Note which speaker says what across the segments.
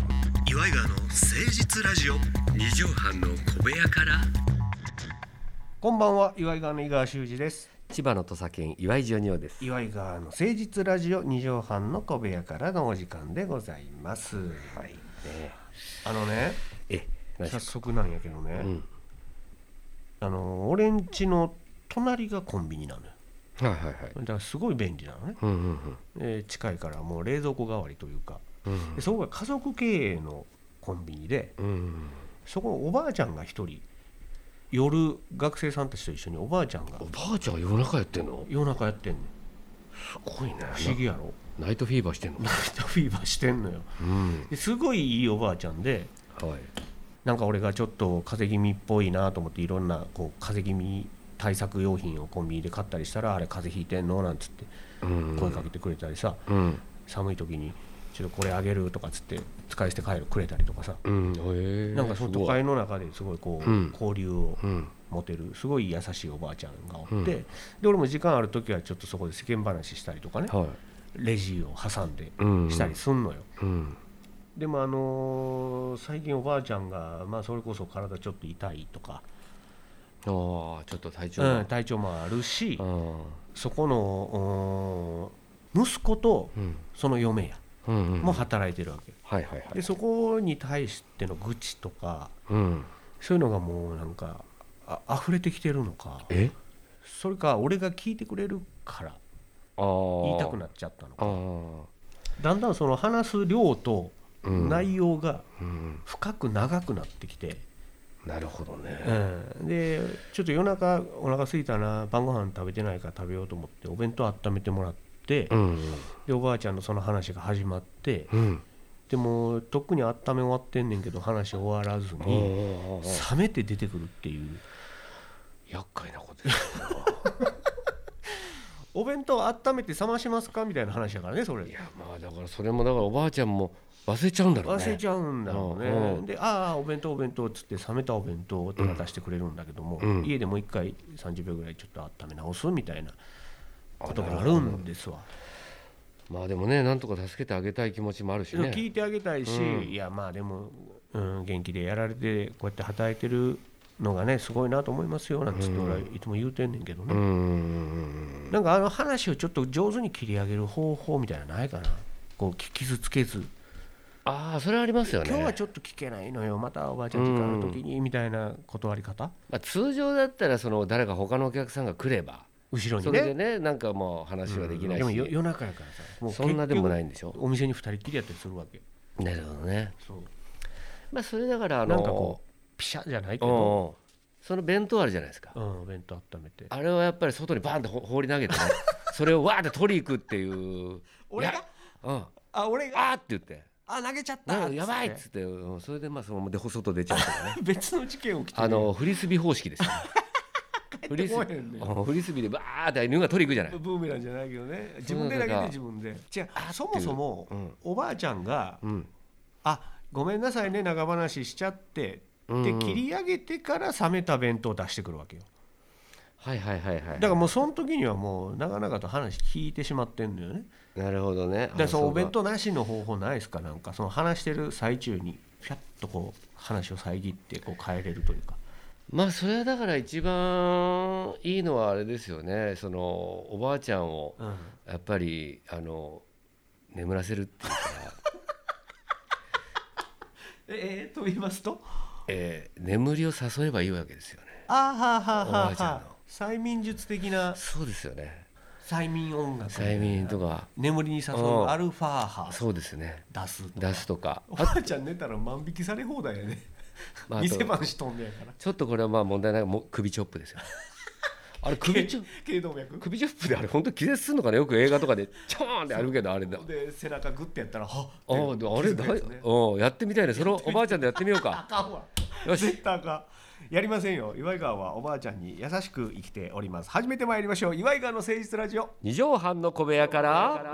Speaker 1: イガーの誠実ラジオ
Speaker 2: 二畳半の小部屋から
Speaker 3: こんばんは岩井川の井川修司です
Speaker 2: 千葉の土佐県岩井ジョニオです
Speaker 3: 岩井川の誠実ラジオ二畳半の小部屋からのお時間でございますはいあのね
Speaker 2: え何
Speaker 3: 早速なんやけどね、
Speaker 2: うん
Speaker 3: あの俺んちの隣がコンビニなのよ
Speaker 2: はいはいはい
Speaker 3: だからすごい便利なのね、
Speaker 2: うんうんうん
Speaker 3: えー近いからもう冷蔵庫代わりというか
Speaker 2: うん
Speaker 3: でそこが家族経営のコンビニで
Speaker 2: うんうん
Speaker 3: そこのおばあちゃんが一人夜学生さんたちと一緒におばあちゃんが
Speaker 2: おばあちゃんは夜中やってんの
Speaker 3: 夜中やってんの
Speaker 2: すごいね
Speaker 3: 不思議や ろ
Speaker 2: ナイトフィーバーしてんの
Speaker 3: ナイトフィーバーしてんのよ
Speaker 2: うん
Speaker 3: ですごいいいおばあちゃんで
Speaker 2: はい
Speaker 3: なんか俺がちょっと風邪気味っぽいなと思っていろんなこう風邪気味対策用品をコンビニで買ったりしたらあれ風邪ひいてんのなんつって
Speaker 2: うん
Speaker 3: 声かけてくれたりさ
Speaker 2: うん
Speaker 3: 寒い時にちょっとこれあげるとかつって使い捨て帰るくれたりとかさ
Speaker 2: うんへえ
Speaker 3: なんかその都会の中ですごいこう
Speaker 2: うん
Speaker 3: 交流を
Speaker 2: うん
Speaker 3: 持てるすごい優しいおばあちゃんがおって、
Speaker 2: うん
Speaker 3: で俺も時間ある時はちょっとそこで世間話したりとかね
Speaker 2: は
Speaker 3: レジを挟んで
Speaker 2: いうん
Speaker 3: したりすんのよ、
Speaker 2: うん
Speaker 3: でもあのー最近おばあちゃんが、まあ、それこそ体ちょっと痛いとか、
Speaker 2: ああちょっと体調
Speaker 3: う
Speaker 2: が
Speaker 3: ん、体調もあるし
Speaker 2: あー
Speaker 3: そこのうーん息子と
Speaker 2: うん
Speaker 3: その嫁や
Speaker 2: うんうん
Speaker 3: も働いてるわけ、
Speaker 2: はいはいは
Speaker 3: で
Speaker 2: い
Speaker 3: そこに対しての愚痴とか
Speaker 2: うん
Speaker 3: そういうのがもうなんかあ溢れてきてるのか
Speaker 2: え
Speaker 3: それか俺が聞いてくれるから
Speaker 2: ああ
Speaker 3: 言いたく
Speaker 2: い
Speaker 3: なっちゃったの
Speaker 2: あ
Speaker 3: か
Speaker 2: あ
Speaker 3: だんだんその話す量と
Speaker 2: うん
Speaker 3: 内容が
Speaker 2: うん
Speaker 3: 深く長くなってきて、
Speaker 2: なるほどね
Speaker 3: うん、でちょっと夜中お腹空いたな晩ご飯食べてないから食べようと思ってお弁当温めてもらって、
Speaker 2: うん
Speaker 3: でおばあちゃんのその話が始まって
Speaker 2: うん
Speaker 3: でもうとっくに温め終わってんねんけど話終わらず
Speaker 2: お
Speaker 3: に
Speaker 2: ー
Speaker 3: 冷めて出てくるっていう
Speaker 2: 厄介なことです
Speaker 3: お弁当温めて冷ましますかみたいな話だからねそれ
Speaker 2: いやまあだからそれもだからおばあちゃんも忘れちゃうんだろうね
Speaker 3: 忘れちゃうんだろうね、
Speaker 2: うんうん
Speaker 3: で「ああお弁当お弁当」っつって冷めたお弁当って渡してくれるんだけども、
Speaker 2: うん
Speaker 3: 家でもう一回30秒ぐらいちょっと温め直すみたいなことがあるんですわ。
Speaker 2: まあでもねなんとか助けてあげたい気持ちもあるしね
Speaker 3: 聞いてあげたいし、
Speaker 2: うん
Speaker 3: いやまあでも、うん、元気でやられてこうやって働いてるのがねすごいなと思いますよなんつって
Speaker 2: うん
Speaker 3: 俺はいつも言うてんねんけど
Speaker 2: う
Speaker 3: ね、
Speaker 2: んうん
Speaker 3: なんかあの話をちょっと上手に切り上げる方法みたいなのないかなこうき傷つけず
Speaker 2: ああそれはありますよね
Speaker 3: 今日はちょっと聞けないのよまたおばあちゃん時間ある時にみたいな断り方
Speaker 2: まあ、通常だったらその誰か他のお客さんが来れば
Speaker 3: 後ろ
Speaker 2: そ
Speaker 3: に
Speaker 2: れ
Speaker 3: ね
Speaker 2: でねなんかもう話はできないし、
Speaker 3: うんでもよ夜中やからさも
Speaker 2: そんなでもないいんでしょ
Speaker 3: お店に2人きりやったりするわけ
Speaker 2: なるほどね
Speaker 3: そう
Speaker 2: まあそれだからあの
Speaker 3: なんかこうピシャじゃないけ
Speaker 2: うん
Speaker 3: ど
Speaker 2: うんその弁当あるじゃないですか
Speaker 3: うんお弁当温めて
Speaker 2: あれはやっぱり外にバーンってほ放り 投げてねそれをわーって取り行くっていう
Speaker 3: 俺
Speaker 2: い
Speaker 3: が
Speaker 2: やうん
Speaker 3: あ俺が
Speaker 2: あーって言って
Speaker 3: あ投げちゃっ
Speaker 2: な
Speaker 3: た
Speaker 2: んかやばいっつって、うんそれでまあそのままで外出ちゃう とかね
Speaker 3: 別の事件起きて
Speaker 2: あのフリスビー方式ですよ、ね、フリス
Speaker 3: 帰って
Speaker 2: ビ
Speaker 3: こいへんね
Speaker 2: ーあのフリスビーでバーって犬が取り行くじゃない、
Speaker 3: ブーメランじゃないけどね自
Speaker 2: そ
Speaker 3: 分
Speaker 2: う
Speaker 3: で投げ
Speaker 2: なん
Speaker 3: て
Speaker 2: か
Speaker 3: 自分で違う
Speaker 2: あ
Speaker 3: そもそも、
Speaker 2: うん
Speaker 3: おばあちゃんが
Speaker 2: うん、
Speaker 3: 「あごめんなさいね長話しちゃって」
Speaker 2: うん
Speaker 3: で切り上げてから冷めた弁当を出してくるわけよ
Speaker 2: はいはいはいはい
Speaker 3: だからもうその時にはもう長々と話聞いてしまってんのよね
Speaker 2: なるほどね
Speaker 3: だからそのお弁
Speaker 2: 当
Speaker 3: 当なしの方法ないですかなんかその話してる最中にピャッとこう話を遮ってこう変えれるというか
Speaker 2: まあそれはだから一番いいのはあれですよねそのおばあちゃんを
Speaker 3: うん
Speaker 2: やっぱりあの眠らせるっていうか、
Speaker 3: ええと言いますと
Speaker 2: えー眠りを誘えばいいわけですよね
Speaker 3: あーはーはー
Speaker 2: お
Speaker 3: は
Speaker 2: ばあ
Speaker 3: ー
Speaker 2: ちゃ
Speaker 3: は
Speaker 2: んの
Speaker 3: ー催眠術的な
Speaker 2: そうですよね
Speaker 3: 催眠音楽
Speaker 2: 催眠とか
Speaker 3: 眠りに誘うアルファ波
Speaker 2: そうですね
Speaker 3: 出す
Speaker 2: 出すとか
Speaker 3: おばあちゃん寝たら万引きされ放題やね
Speaker 2: まああと
Speaker 3: 店番しとんねやから
Speaker 2: ちょっとこれはまあ問題ないもう首チョップですよあれ首チョップ
Speaker 3: 頸動脈
Speaker 2: 首チョップであれ本当気絶するのかねよく映画とかでチョーンってあるけどあれだ
Speaker 3: で背中グッてやったらはっ
Speaker 2: あーであれだい
Speaker 3: 気づくやつね
Speaker 2: うんやってみたいねそのおばあちゃんでやってみよう
Speaker 3: あ
Speaker 2: か
Speaker 3: かんわ
Speaker 2: よし
Speaker 3: 絶対あかんやりませんよ岩井川はおばあちゃんに優しく生きております初めて参りましょう岩井川の誠実ラジオ
Speaker 2: 二畳半の小部屋から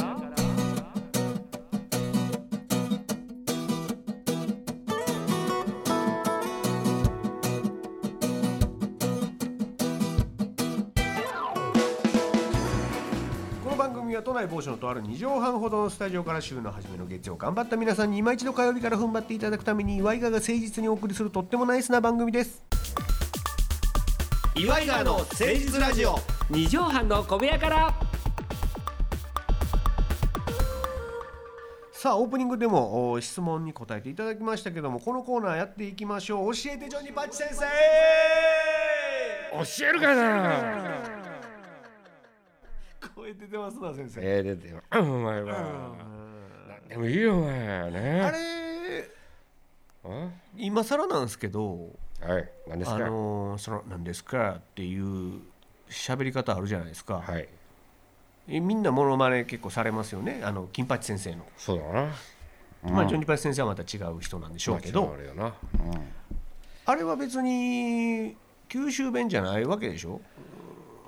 Speaker 3: この番組は都都内某所のとある2畳半ほどのスタジオから週の初めの月曜頑張った皆さんに今一度火曜日から踏ん張っていただくために岩井川が誠実にお送りするとってもナイスな番組です岩井川の誠実ラジオ
Speaker 4: 二畳半の小部屋から
Speaker 3: さあオープニングでもお質問に答えていただきましたけどもこのコーナーやっていきましょう教えてジョニーパッチ先生
Speaker 2: 教えるかな
Speaker 3: 声出てますな先生
Speaker 2: えー、出てよお前は何でもいいよお前
Speaker 3: あ
Speaker 2: ね
Speaker 3: れ
Speaker 2: あ
Speaker 3: 今更なんですけど
Speaker 2: はい何です
Speaker 3: あ
Speaker 2: か
Speaker 3: のーその何ですかっていう喋り方あるじゃないですか、
Speaker 2: はい
Speaker 3: えみんなモノマネ結構されますよねあの金八先生の、
Speaker 2: そうだな
Speaker 3: まあジョニーパチ先生はまた違う人なんでしょうけど、
Speaker 2: 間違いあれよな
Speaker 3: あれは別に九州弁じゃないわけでしょ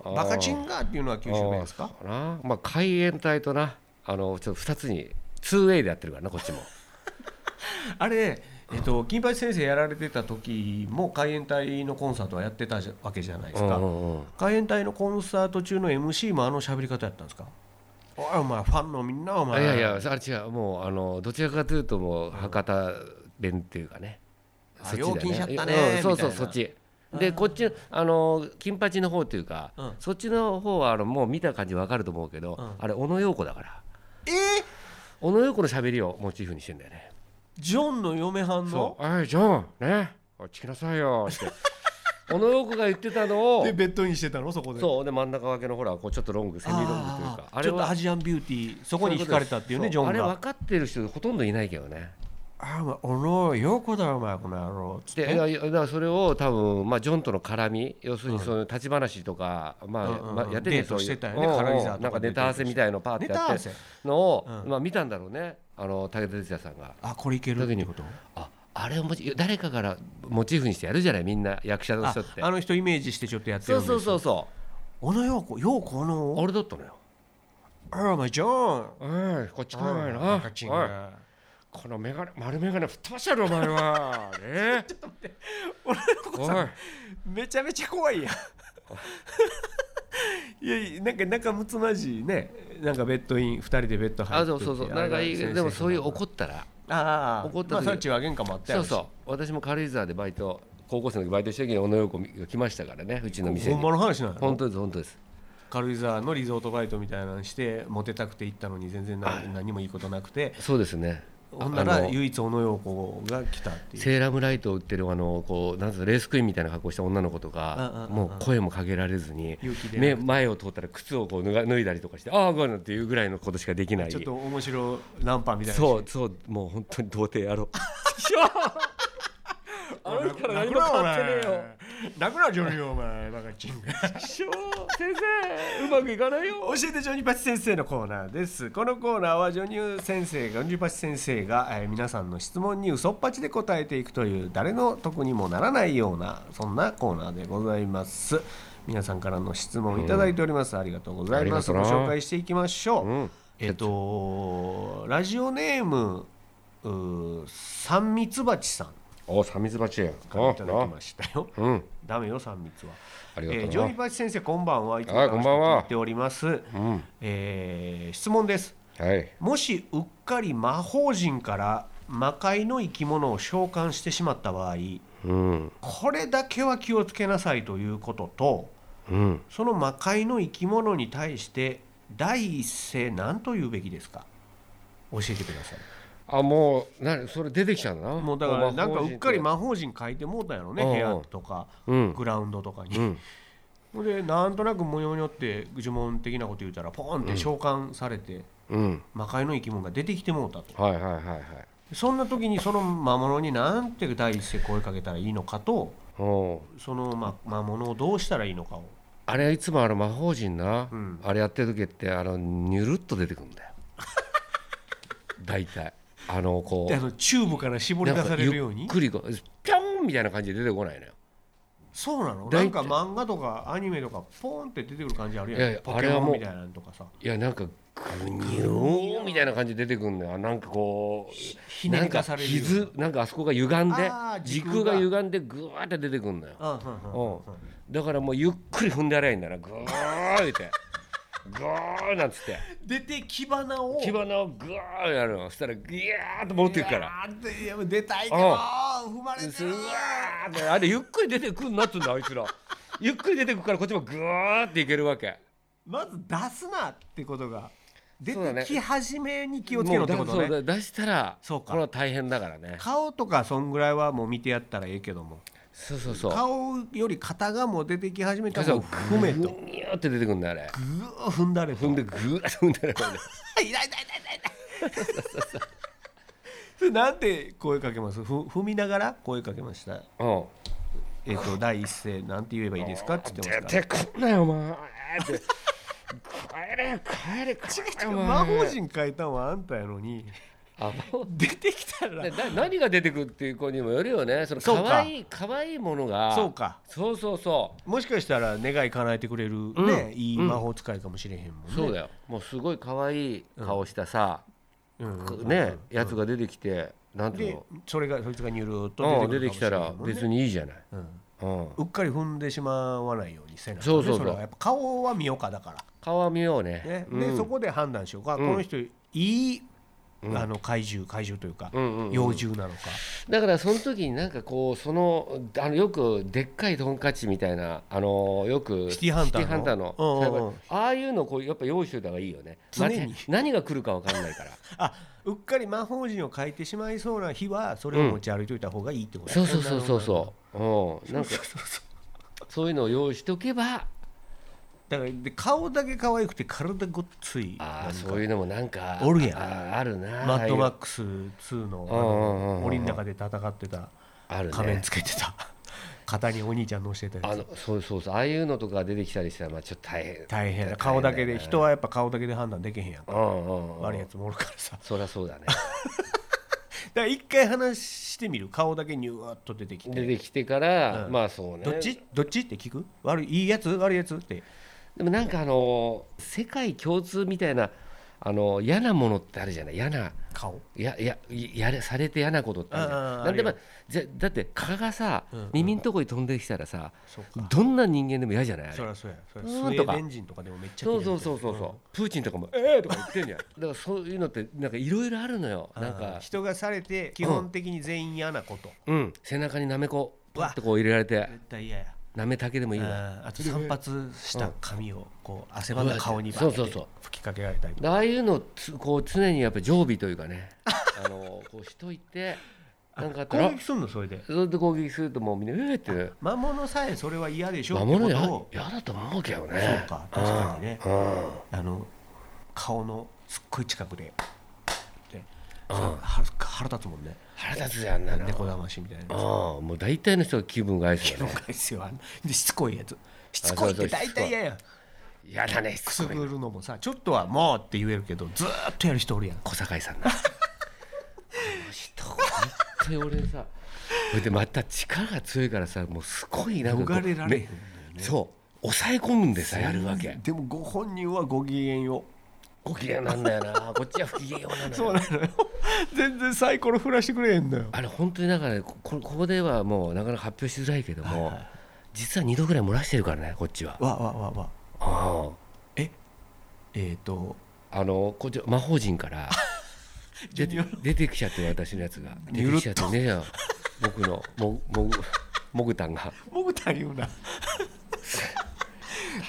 Speaker 2: うん
Speaker 3: バカチンガーっていうのは九州弁です
Speaker 2: あ
Speaker 3: か
Speaker 2: ーそうなまあ海援隊となあのちょっと2つに 2way でやってるからなこっちも
Speaker 3: あれえっと金八先生やられてた時も海援隊のコンサートはやってたじゃわけじゃないですか、
Speaker 2: うんうんうん
Speaker 3: 海援隊のコンサート中の MC もあの喋り方やったんですかおいお前ファンのみんなお
Speaker 2: あ
Speaker 3: 前
Speaker 2: いやいやあれ違うもうあのどちらかというともう博多弁っていうかね、
Speaker 3: あ
Speaker 2: そっちだよ
Speaker 3: 料金しちゃったね
Speaker 2: うんそうそう
Speaker 3: みた
Speaker 2: そ
Speaker 3: いな
Speaker 2: っちでこっちあの金八の方というか、
Speaker 3: うん
Speaker 2: そっちの方はあのもう見た感じわかると思うけど、
Speaker 3: うん
Speaker 2: あれ小野陽子だから
Speaker 3: えー
Speaker 2: 小野陽子の喋りをモチーフにしてんだよね
Speaker 3: ジョンの嫁はん
Speaker 2: そ
Speaker 3: の
Speaker 2: う「あいジョンね落ち来なさいよ」 って小野陽子が言ってたのを
Speaker 3: でベッドインしてたのそこで
Speaker 2: そうで真ん中分けのほらこうちょっとロングセミロングというか
Speaker 3: あーちょっとアジアンビューティーそこに惹かれたっていうねジョ
Speaker 2: そ
Speaker 3: ン
Speaker 2: あれ
Speaker 3: が
Speaker 2: 分かってる人ほとんどいないけどね
Speaker 3: ああおのよこだよお前この野郎つっ
Speaker 2: で
Speaker 3: て
Speaker 2: いやいやだからそれを多分、まあ、ジョンとの絡み要するにその立ち話とか、まあ
Speaker 3: うんうんうん
Speaker 2: まあ、やっ
Speaker 3: デ
Speaker 2: てる
Speaker 3: ート
Speaker 2: そういう
Speaker 3: してたよね
Speaker 2: うんうん
Speaker 3: 軽井沢とか
Speaker 2: なんかネタ合わせみたいのパーって
Speaker 3: ネ
Speaker 2: や
Speaker 3: タ合わ
Speaker 2: って
Speaker 3: せ
Speaker 2: のを、
Speaker 3: うん
Speaker 2: まあ、見たんだろうねあの武田鉄矢さんが
Speaker 3: あこれいけるってこと
Speaker 2: ああれをモチ誰かからモチーフにしてやるじゃないみんな役者の
Speaker 3: あ
Speaker 2: 人って
Speaker 3: あの人イメージしてちょっとやって
Speaker 2: そ
Speaker 3: るん
Speaker 2: う
Speaker 3: です
Speaker 2: そうそうそ
Speaker 3: 小野よこよこ
Speaker 2: う
Speaker 3: の
Speaker 2: 俺だったのよ
Speaker 3: あらお前ジョン
Speaker 2: おいこっち来い
Speaker 3: あら
Speaker 2: な
Speaker 3: バカチン
Speaker 2: おい
Speaker 3: が
Speaker 2: このメガネ丸メガネ吹っ飛ばしてやるお前 はねちょっと待って俺の
Speaker 3: めちゃめちゃ怖いやん いやいやなんか仲睦まじいねなんかベッドイン二人でベッド入っ
Speaker 2: あ
Speaker 3: て
Speaker 2: そう
Speaker 3: って
Speaker 2: そうそう
Speaker 3: あれ
Speaker 2: なんかいい
Speaker 3: 先生
Speaker 2: でもそういう
Speaker 3: の
Speaker 2: 怒ったら
Speaker 3: ああ
Speaker 2: 怒った時
Speaker 3: まあそれは違う喧嘩もあった
Speaker 2: そ
Speaker 3: や
Speaker 2: う
Speaker 3: ろ
Speaker 2: そう私も軽井沢でバイト高校生の時バイトした時に小野陽子が来まし来ましたからねうちの
Speaker 3: うし
Speaker 2: 店
Speaker 3: ほんま
Speaker 2: に
Speaker 3: の話なの
Speaker 2: 本当です本当です
Speaker 3: 軽井沢のリゾートバイトみたいなのしてモテたくて行ったのに全然何,、何もいいことなくて
Speaker 2: そうですね
Speaker 3: ほんなら
Speaker 2: あの
Speaker 3: 唯一小野陽子が来たっていう
Speaker 2: セーラムライトを売ってるあのこうなんつうのレースクイーンみたいな格好した女の子とか
Speaker 3: うんうんうんうん
Speaker 2: もう声もかけられずに
Speaker 3: 勇気出
Speaker 2: 目
Speaker 3: る
Speaker 2: 前を通ったら靴をこう脱が脱いだりとかしてああごめんなっていうぐらいのことしかできない
Speaker 3: ちょっと面白ナンパみたいな
Speaker 2: そうそうもう本当に童貞野郎あの日から何も変わってねえよ
Speaker 3: なくなるじゃねえよお前バカチンが
Speaker 2: 師匠先生うまくいかないよ
Speaker 3: 教えてジョニーパチ先生のコーナーですこのコーナーはジョニー先生がジョニーパチ先生が、えー皆さんの質問に嘘っぱちで答えていくという誰の得にもならないようなそんなコーナーでございます皆さんからの質問いただいております、ありがとうございます
Speaker 2: あり
Speaker 3: ご
Speaker 2: がとな
Speaker 3: 紹介していきましょう、
Speaker 2: うん
Speaker 3: えっとラジオネームうー三蜜蜂さん
Speaker 2: お三蜜蜂や
Speaker 3: からいただきましたよ
Speaker 2: あうん
Speaker 3: ダメよ三蜜は、え
Speaker 2: ありがとうな
Speaker 3: ー、ジョニーパチ先生こんばんはいつも
Speaker 2: あ
Speaker 3: 楽しく
Speaker 2: こんばんは
Speaker 3: 聞いております
Speaker 2: うん
Speaker 3: えー質問です
Speaker 2: はい
Speaker 3: もしうっかり魔法陣から魔界の生き物を召喚してしまった場合
Speaker 2: うん
Speaker 3: これだけは気をつけなさいということと
Speaker 2: うん
Speaker 3: その魔界の生き物に対して第一声何と言うべきですか教えてください
Speaker 2: あもうなにそれ出てきちゃうんだな
Speaker 3: もうだからなんかうっかり
Speaker 2: ま
Speaker 3: 魔法陣書いてもうたんやろね
Speaker 2: うん
Speaker 3: 部屋とか
Speaker 2: うん
Speaker 3: グラウンドとかに、
Speaker 2: うん
Speaker 3: ほんでなんとなくもにょもにょって呪文的なこと言うたらポンって召喚されて
Speaker 2: うん
Speaker 3: 魔界の生き物が出てきてもうたと
Speaker 2: はいはいはいはい
Speaker 3: そんな時にその魔物になんて第一声声かけたらいいのかと
Speaker 2: おう
Speaker 3: そのま魔物をどうしたらいいのかを
Speaker 2: あれいつもあの魔法陣な、
Speaker 3: うん
Speaker 2: あれやってる時ってあのニュルっと出てくるんだよ 大体あのこう
Speaker 3: あのチューブから絞り出されるように
Speaker 2: なんかゆっくりこうピョンみたいな感じで出てこないのよ
Speaker 3: そうなのな
Speaker 2: 大
Speaker 3: ん
Speaker 2: 体
Speaker 3: か漫画とかアニメとかポーンって出てくる感じあるやん
Speaker 2: いやいや
Speaker 3: ポ
Speaker 2: あ
Speaker 3: ケ
Speaker 2: れは
Speaker 3: モ
Speaker 2: も
Speaker 3: ン
Speaker 2: う
Speaker 3: みたいなのとかさ
Speaker 2: いやなんかグニューみたいな感じで出てくるのよなんかこう
Speaker 3: ひねり出されるよう
Speaker 2: なん
Speaker 3: な
Speaker 2: か傷なんかあそこが歪んで
Speaker 3: あー時
Speaker 2: 時
Speaker 3: 空
Speaker 2: 空
Speaker 3: が
Speaker 2: が歪んでぐわーって出てくるのよ
Speaker 3: うんうんうんうん
Speaker 2: だからもうゆっくり踏んでありゃいいんだなぐーってグーなんつって
Speaker 3: 出て木花を
Speaker 2: 火花をグーやるのそしたらギャーッと戻ってくから
Speaker 3: あーいや出たいけど
Speaker 2: うん
Speaker 3: 踏まれて
Speaker 2: す
Speaker 3: る
Speaker 2: うわーってあれゆっくり出てくんなっつうんだあいつらゆっくり出てくからこっちもグーっていけるわけ
Speaker 3: まず出すなってことが出
Speaker 2: そうだ
Speaker 3: て
Speaker 2: ね
Speaker 3: き始めに気をつけろってこと
Speaker 2: もうだ
Speaker 3: ね
Speaker 2: そうだ出したら
Speaker 3: そうか
Speaker 2: これは大変だからね
Speaker 3: 顔とかそんぐらいはもう見てやったらええけども
Speaker 2: そうそうそう
Speaker 3: 顔より肩がもう出てき始めた
Speaker 2: そう
Speaker 3: ら
Speaker 2: そう
Speaker 3: もう踏めと
Speaker 2: グニューって出てくんだよあれ
Speaker 3: ぐー踏んだれと
Speaker 2: 踏んでグーッと踏んだらこれで
Speaker 3: 痛い痛い痛い痛い痛いそれなんて声かけますふ踏みながら声かけました
Speaker 2: うん
Speaker 3: えっ、と第一声なんて言えばいいですかって言ってますか
Speaker 2: 出てくんなよお前って帰れよ帰れ帰れ
Speaker 3: ら
Speaker 2: よお前
Speaker 3: 魔法陣書いたんはあんたやのに
Speaker 2: あ魔法
Speaker 3: 出てきたら
Speaker 2: でな何が出てくるっていう子にもよるよねその
Speaker 3: そうか
Speaker 2: 可愛い可愛いものが
Speaker 3: そうか
Speaker 2: そうそうそ
Speaker 3: もしかしたら願い叶えてくれる、
Speaker 2: ん
Speaker 3: ねいい魔法使いかもしれへんもん
Speaker 2: う
Speaker 3: ね
Speaker 2: そうだよもうすごい可愛い顔したさ、
Speaker 3: うんうんうん
Speaker 2: ね、やつが出てきてなんていう
Speaker 3: で
Speaker 2: の
Speaker 3: それがそいつがニュルーっ
Speaker 2: う
Speaker 3: と
Speaker 2: ん
Speaker 3: 出
Speaker 2: 出
Speaker 3: て
Speaker 2: て
Speaker 3: く
Speaker 2: きた
Speaker 3: るかもしれへ
Speaker 2: ら
Speaker 3: んもんね
Speaker 2: 別にいいじゃない、
Speaker 3: うん
Speaker 2: うん、
Speaker 3: うっかり踏んでしまわないようにせなあかんね
Speaker 2: そうそうそう
Speaker 3: れはやっぱ顔は見ようかだから
Speaker 2: 顔見ようね
Speaker 3: ね、
Speaker 2: う
Speaker 3: で
Speaker 2: ん、
Speaker 3: そこで判断しようか、
Speaker 2: うん
Speaker 3: この人いい、
Speaker 2: うん
Speaker 3: あの怪獣怪獣というか、
Speaker 2: うんうんうん
Speaker 3: 幼獣なのか
Speaker 2: だからその時になんかこうそのあのよくでっかいトンカチみたいなあのよく
Speaker 3: シティハンターの
Speaker 2: シハンターの
Speaker 3: うんうんうん
Speaker 2: 例えばああいうのこうやっぱ用意してた方がいいよね
Speaker 3: 常に
Speaker 2: 間違い何が来るかわかん ないから
Speaker 3: あうっかり魔法陣を書いてしまいそうな日はそれを持ち歩いておいた方がいいってことだね、
Speaker 2: そうそうそうそうそう、うん、なんか
Speaker 3: そうそう
Speaker 2: そういうのを用意しておけば
Speaker 3: だからで顔だけ可愛くて体ごっついなん
Speaker 2: ああ
Speaker 3: か
Speaker 2: そういうのもなんか
Speaker 3: おるやん
Speaker 2: ああるな
Speaker 3: マッドマッ
Speaker 2: あ
Speaker 3: クス2のあ
Speaker 2: うんうんうんう
Speaker 3: の
Speaker 2: ん
Speaker 3: 檻の中で戦ってた
Speaker 2: あい
Speaker 3: 仮
Speaker 2: うのある
Speaker 3: 面
Speaker 2: ね
Speaker 3: つけて た肩にお兄ちゃん乗せてた
Speaker 2: あ
Speaker 3: やつ
Speaker 2: のそうそうそうああいうのとか出てきたりしたらまあちょっと大変
Speaker 3: 大変だ顔だけで人はやっぱ顔だけで判断できへんやんか
Speaker 2: うんうん、う
Speaker 3: 悪いや
Speaker 2: ん、
Speaker 3: つもおるからさ
Speaker 2: そりゃそうだ ね
Speaker 3: だから一回話してみる顔だけニューッと出てきて
Speaker 2: 出てきてから、
Speaker 3: うん
Speaker 2: まあそうね
Speaker 3: どっちどっちって聞く悪いいいやつ悪いやつって
Speaker 2: でもなんかあの世界共通みたいなあの嫌なものってあるじゃない嫌な
Speaker 3: 顔
Speaker 2: やややれされて嫌なことってあるじゃ
Speaker 3: うんうんうん
Speaker 2: んなんでも
Speaker 3: あ
Speaker 2: じゃだって蚊がさ、
Speaker 3: うんうん
Speaker 2: 耳んとこに飛んできたらさ
Speaker 3: そうか
Speaker 2: どんな人間でも嫌じゃないあれ
Speaker 3: そりゃそうやそりゃ
Speaker 2: う
Speaker 3: スウ
Speaker 2: ーん
Speaker 3: ェ
Speaker 2: とか
Speaker 3: ーデン人とかでもめっちゃ
Speaker 2: そうそう
Speaker 3: 嫌
Speaker 2: そう
Speaker 3: みたい
Speaker 2: そ
Speaker 3: な
Speaker 2: うそうプーチンとかも「ええ!」とか言ってん じゃんだからそういうのってなんかいろいろあるのよ
Speaker 3: うん
Speaker 2: なん
Speaker 3: あー
Speaker 2: か
Speaker 3: 人がされて基本的に全員嫌なこと
Speaker 2: うん背中になめこ
Speaker 3: うわ
Speaker 2: パッとこう入れられて
Speaker 3: 絶対嫌や
Speaker 2: なめたけでもいいわ
Speaker 3: あーあと散髪した髪をこう汗ばんだ顔にバ
Speaker 2: そう
Speaker 3: ー
Speaker 2: そ
Speaker 3: っ
Speaker 2: う
Speaker 3: て
Speaker 2: そう
Speaker 3: 吹きかけられたりとか
Speaker 2: ああいうのをつこう常にやっぱ常備という かねあのこうしといてなんかあった
Speaker 3: 攻
Speaker 2: ら
Speaker 3: 撃すんのそれで
Speaker 2: それで攻撃するともうみんな「えー!」って
Speaker 3: 魔物さえそれは嫌でしょってこ
Speaker 2: 守るや
Speaker 3: とを
Speaker 2: やだと思うけど
Speaker 3: そ
Speaker 2: ね
Speaker 3: うか確かにね
Speaker 2: うん
Speaker 3: あの顔のすっごい近くでってそれは腹立つもんね
Speaker 2: 腹立つじゃんあんなの
Speaker 3: 猫騙しみたいな
Speaker 2: ああもう大体の人が気分が害すよね
Speaker 3: ですよあのでしつこいやつしつこいって大体嫌やん
Speaker 2: やだね
Speaker 3: く
Speaker 2: す
Speaker 3: す
Speaker 2: ご
Speaker 3: ぐ
Speaker 2: いな
Speaker 3: るのもさちょっとはもうって言えるけどずーっとやる人おるやん
Speaker 2: 小堺さ んなあの人本当に俺さそれでまた力が強いからさもうすごいなんかこう
Speaker 3: 逃れられへんんだよね
Speaker 2: めそう抑え込むんでさやるわけ
Speaker 3: でもご本人はご機嫌よ
Speaker 2: ご機嫌なんだよなこっちは不機嫌ようなのよ
Speaker 3: なのよ全然サイコロ振らしてくれへんのよ
Speaker 2: あれ本当にだからここここではもうなかなか発表しづらいけども、実は2度ぐらい漏らしてるからねこっちは。
Speaker 3: わわわわ
Speaker 2: あ
Speaker 3: ええっ、と
Speaker 2: ああのこっち魔法 陣から出て出てきちゃって私のやつが
Speaker 3: ニ
Speaker 2: 出
Speaker 3: ュ
Speaker 2: て
Speaker 3: ルっ
Speaker 2: きちゃ
Speaker 3: と
Speaker 2: ってねよ僕のもももぐたんが
Speaker 3: もぐたん言うな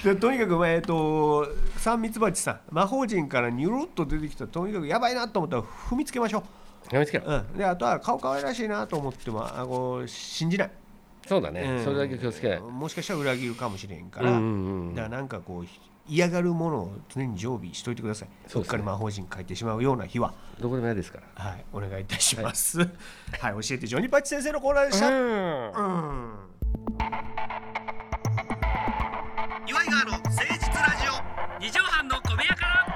Speaker 3: でとにかく、まあえっと三蜜蜂さん魔法陣からニュルッと出てきたとにかくやばいなと思ったら踏みつけましょう
Speaker 2: やめつけろ
Speaker 3: うん、であとは顔可愛らしいなと思ってもあこう信じない、
Speaker 2: そうだね、
Speaker 3: うん
Speaker 2: それだけ気をつけない、
Speaker 3: もしかしたら裏切るかもしれんから、
Speaker 2: うんうんうん
Speaker 3: だからなんかこうひ嫌がるものを常に常備しといてください
Speaker 2: そ
Speaker 3: そうっ
Speaker 2: です
Speaker 3: か
Speaker 2: ね
Speaker 3: り魔法陣書いてしまうような日は、
Speaker 2: どこでもないですから。
Speaker 3: はい、お願いいたします、はい教えてジョニパチ先生のコーナーでした、うん
Speaker 1: 岩井川の誠実ラジオ
Speaker 4: 二畳半の小部屋から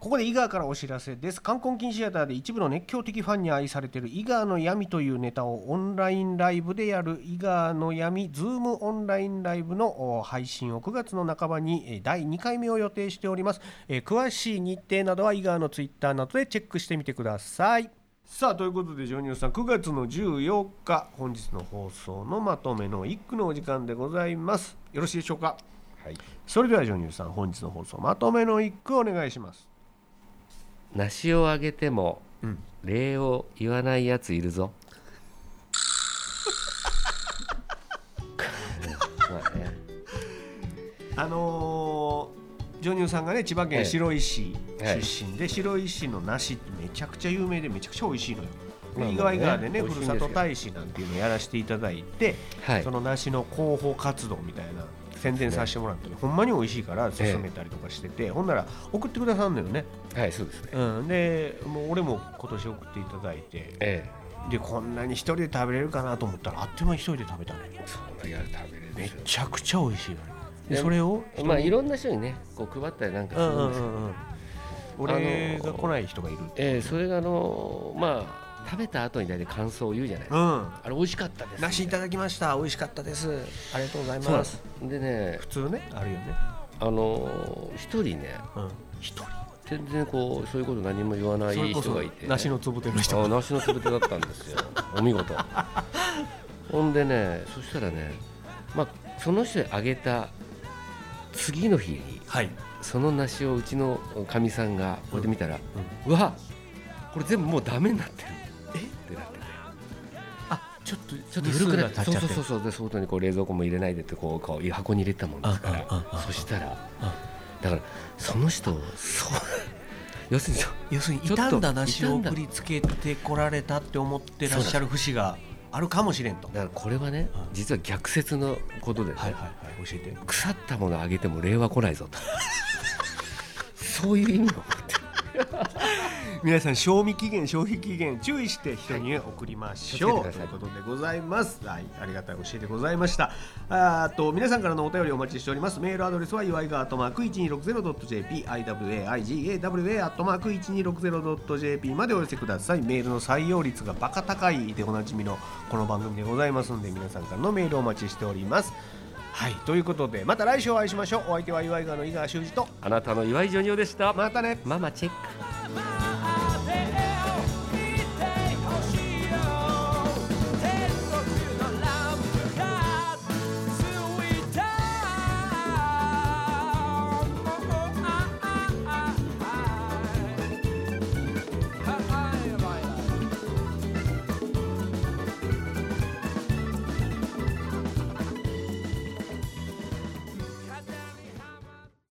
Speaker 3: ここで井川からお知らせです冠婚金シアターで一部の熱狂的ファンに愛されている井川の闇というネタをオンラインライブでやる井川の闇ズームオンラインライブのお配信を9月の半ばにえー第2回目を予定しておりますえー詳しい日程などは井川のツイッターなどでチェックしてみてくださいさあということでジョニオさん9月の14日本日の放送のまとめの一句のお時間でございますよろしいでしょうか
Speaker 2: はい、
Speaker 3: それではジョニオさん本日の放送まとめの一句お願いします
Speaker 2: 梨をあげても
Speaker 3: うん
Speaker 2: 礼を言わないやついる ぞ。まあね
Speaker 3: あのージョニオさんがね千葉
Speaker 2: え
Speaker 3: 県
Speaker 2: え
Speaker 3: 白井市
Speaker 2: ええ
Speaker 3: 出身で、白石の梨ってめちゃくちゃ有名でめちゃくちゃ美味しいのよ。
Speaker 2: ま
Speaker 3: で
Speaker 2: あまあね
Speaker 3: 井川井川でね
Speaker 2: 美味
Speaker 3: ふ
Speaker 2: しい
Speaker 3: る
Speaker 2: んです
Speaker 3: さ
Speaker 2: よ
Speaker 3: と大使なんていうのやらせていただいて、
Speaker 2: はい
Speaker 3: その梨の広報活動みたいな宣伝させてもらって、ほんまに美味しいから勧めたりとかしてて、ほんなら送ってくださるのよね、
Speaker 2: はい、そうですね。
Speaker 3: うん、でもう俺も今年送っていただいて
Speaker 2: え
Speaker 3: でこんなに一人で食べれるかなと思ったらあっという間に一人で食べたね
Speaker 2: え、そんなや食べれるんで
Speaker 3: め
Speaker 2: す
Speaker 3: ちゃくちゃ美味しいのよで
Speaker 2: ね
Speaker 3: それを
Speaker 2: よ。まあいろんな人にね、こう配ったりなんかす
Speaker 3: う
Speaker 2: る
Speaker 3: んうんん
Speaker 2: で
Speaker 3: う
Speaker 2: すけど、
Speaker 3: んうん俺が来ない人がいるって
Speaker 2: ええそれがあのまあ食べた後に大体感想を言うじゃないです
Speaker 3: う
Speaker 2: か。
Speaker 3: ん
Speaker 2: あれ美味しかったです。
Speaker 3: 梨いただきました美味しかったですありがとうござい
Speaker 2: そうな
Speaker 3: ま
Speaker 2: んですす。でね、
Speaker 3: 普通ねあるよね
Speaker 2: あの一人ね、
Speaker 3: うん一人
Speaker 2: 全然こうそういうこと何も言わない
Speaker 3: それこ
Speaker 2: 人
Speaker 3: そ
Speaker 2: がいて、ね、
Speaker 3: 梨のつぶての人
Speaker 2: あ梨のつぶてだったんですよお見事ほんでねそしたらね、まあ、その人にあげた次の日に
Speaker 3: はい
Speaker 2: その梨をうちのかみさんがこれで見たら、うわこれ全部もうダメになってるってなってて
Speaker 3: あちょっと
Speaker 2: ち
Speaker 3: ち
Speaker 2: ょっと緩くなってそうそうそうそうで外にこう冷蔵庫も入れないでってこうこう箱に入れたもんですか
Speaker 3: あああ
Speaker 2: ら
Speaker 3: あ
Speaker 2: そしたらだからその人そう要するにそう
Speaker 3: 要するに
Speaker 2: ちょっと
Speaker 3: 傷んだ梨を
Speaker 2: 傷んだ
Speaker 3: 送りつけてこられたって思ってらっしゃる節があるかもしれんと
Speaker 2: だからこれはね
Speaker 3: うん
Speaker 2: 実は逆説のことでね、
Speaker 3: はいはいはい教えて
Speaker 2: 腐ったものあげても礼は来ないぞとそういう意味を持って
Speaker 3: 皆さん賞味期限消費期限注意して人に送りましょう、
Speaker 2: 気を
Speaker 3: と
Speaker 2: つけ
Speaker 3: い
Speaker 2: て
Speaker 3: う
Speaker 2: く
Speaker 3: こ
Speaker 2: だ
Speaker 3: とでございますはいありがたい教えでございましたあーと皆さんからのお便りお待ちしておりますメールアドレスは祝いがアットマーク 1260.jp iwaigawa アットマーク 1260.jp までお寄せくださいメールの採用率がバカ高いでおなじみのこの番組でございますので皆さんからのメールお待ちしておりますはいということでまた来週お会いしましょうお相手は祝いがの井川修司と
Speaker 2: あなたの岩井ジョニオでした
Speaker 3: またね
Speaker 2: ママチェック